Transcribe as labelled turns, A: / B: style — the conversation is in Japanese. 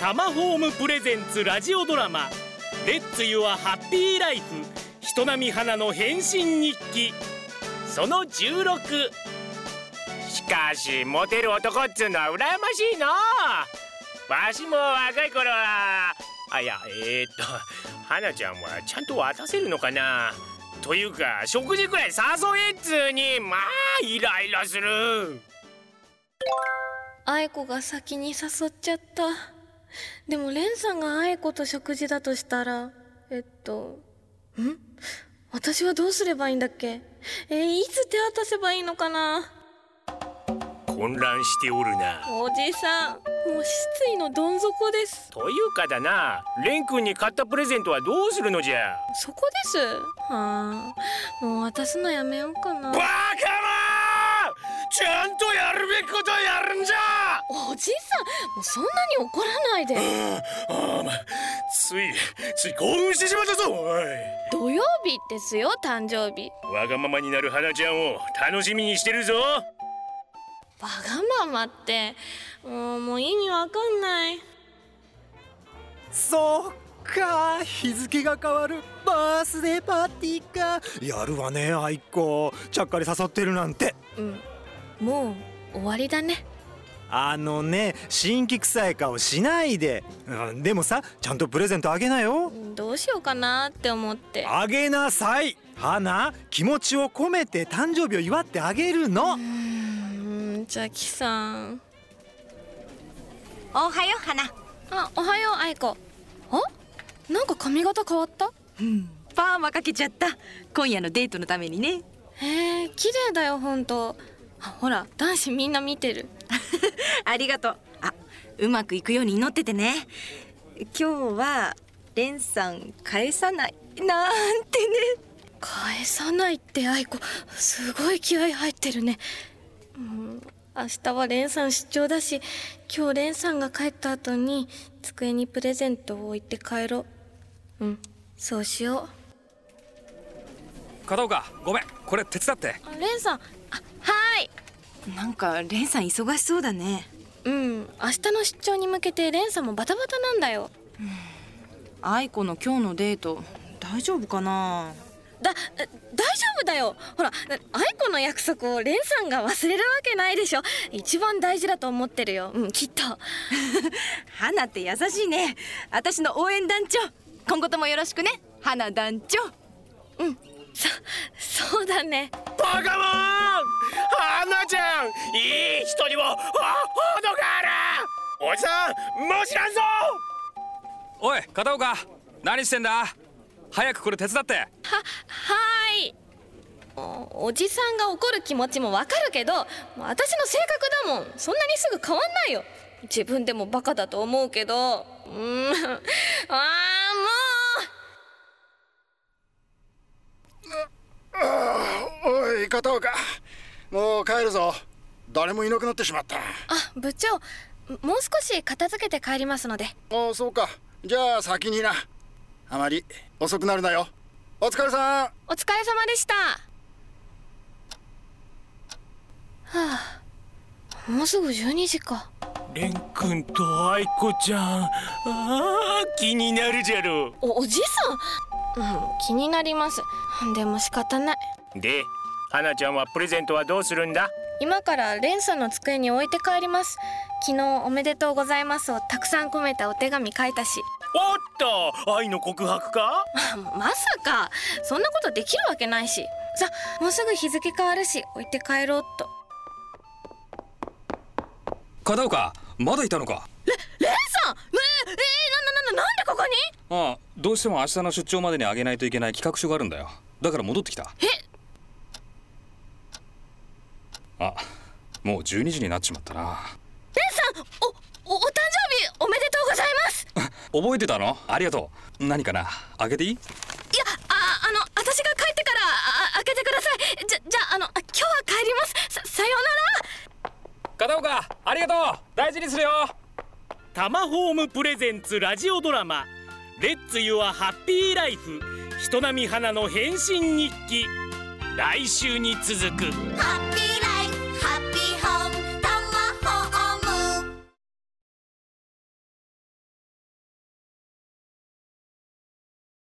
A: タマホームプレゼンツラジオドラマ「レッツ・ユア・ハッピー・ライフ人並み花の変身日記」その16
B: しかしモテる男っつうのは羨ましいなわしも若い頃はあいやえー、っと花ちゃんはちゃんと渡せるのかなというか食事くらい誘えっつうにまあイライラする
C: 愛子が先に誘っちゃったでも蓮さんが愛子と食事だとしたらえっとん私はどうすればいいんだっけえーいつ手渡せばいいのかな
B: 混乱しておるな
C: おじさんもう失意のどん底です
B: というかだな蓮くんに買ったプレゼントはどうするのじゃ
C: そこですはあもう渡すのやめようかな
B: バカなちゃんとやるべきことはやるんじゃ
C: おじさんもうそんなに怒らないで
B: あーまついつい興奮してしまったぞおい
C: 土曜日ですよ誕生日
B: わがままになる花ちゃんを楽しみにしてるぞ
C: わがままってもうもう意味わかんない
D: そっか日付が変わるバースデーパーティーかやるわね愛子ちゃっかり誘ってるなんて
C: うんもう終わりだね
D: あのね新規臭い顔しないで、うん、でもさちゃんとプレゼントあげなよ
C: どうしようかなって思って
D: あげなさい花気持ちを込めて誕生日を祝ってあげるの
C: うーんじゃあキさん
E: おはよう花
C: あおはよう愛子あなんか髪型変わった
E: パーマかけちゃった今夜のデートのためにね
C: へえ綺麗だよほんとあほら男子みんな見てる
E: ありがとうあうまくいくように祈っててね今日はレンさん返さないなんてね
C: 返さないって愛子すごい気合入ってるね、うん、明日は蓮さん出張だし今日蓮さんが帰った後に机にプレゼントを置いて帰ろううんそうしよ
F: 片岡ごめんこれ手伝って
C: うあ蓮さんあはい
E: なんかレンさん忙しそうだね
C: うん明日の出張に向けて蓮さんもバタバタなんだよ
E: 愛子の今日のデート大丈夫かな
C: だえ大丈夫だよほらえ愛子の約束を蓮さんが忘れるわけないでしょ一番大事だと思ってるようんきっと
E: 花って優しいね私の応援団長今後ともよろしくね花団長
C: そそうだね
B: バカモン花ちゃんいい人にもほほどがあるおじさんもう知らんぞ
F: おい片岡何してんだ早くこれ手伝って
C: ははーいおおじさんが怒る気持ちもわかるけどもう私の性格だもんそんなにすぐ変わんないよ自分でもバカだと思うけどうーんあーもう
G: おい片岡もう帰るぞ誰もいなくなってしまった
C: あ部長もう少し片付けて帰りますので
G: ああそうかじゃあ先になあまり遅くなるなよお疲れさん
C: お疲れ様でしたはあもうすぐ12時か
B: 蓮くんと愛子ちゃんああ気になるじゃろ
C: おおじさん、うん、気になりますでも仕方ない
B: で花ちゃんはプレゼントはどうするんだ
C: 今からレンさんの机に置いて帰ります昨日おめでとうございますをたくさん込めたお手紙書いたし
B: おっと愛の告白か
C: まさかそんなことできるわけないしさもうすぐ日付変わるし置いて帰ろうっと
F: 片岡まだいたのか
C: レンさんええー、なななななんでここに
F: ああどうしても明日の出張までにあげないといけない企画書があるんだよだから戻ってきたえあもう12時になっちまったな
C: レンさんおおお誕生日おめでとうございます
F: 覚えてたのありがとう何かなあげていい
C: いやああの私が帰ってからあ開けてくださいじゃじゃああの今日は帰りますささようなら
F: 片岡ありがとう大事にするよ
A: タマホームプレゼンツラジオドラマ「レッツ・ユア・ハッピー・ライフ人並み花の変身日記」来週に続く。
E: ハッピー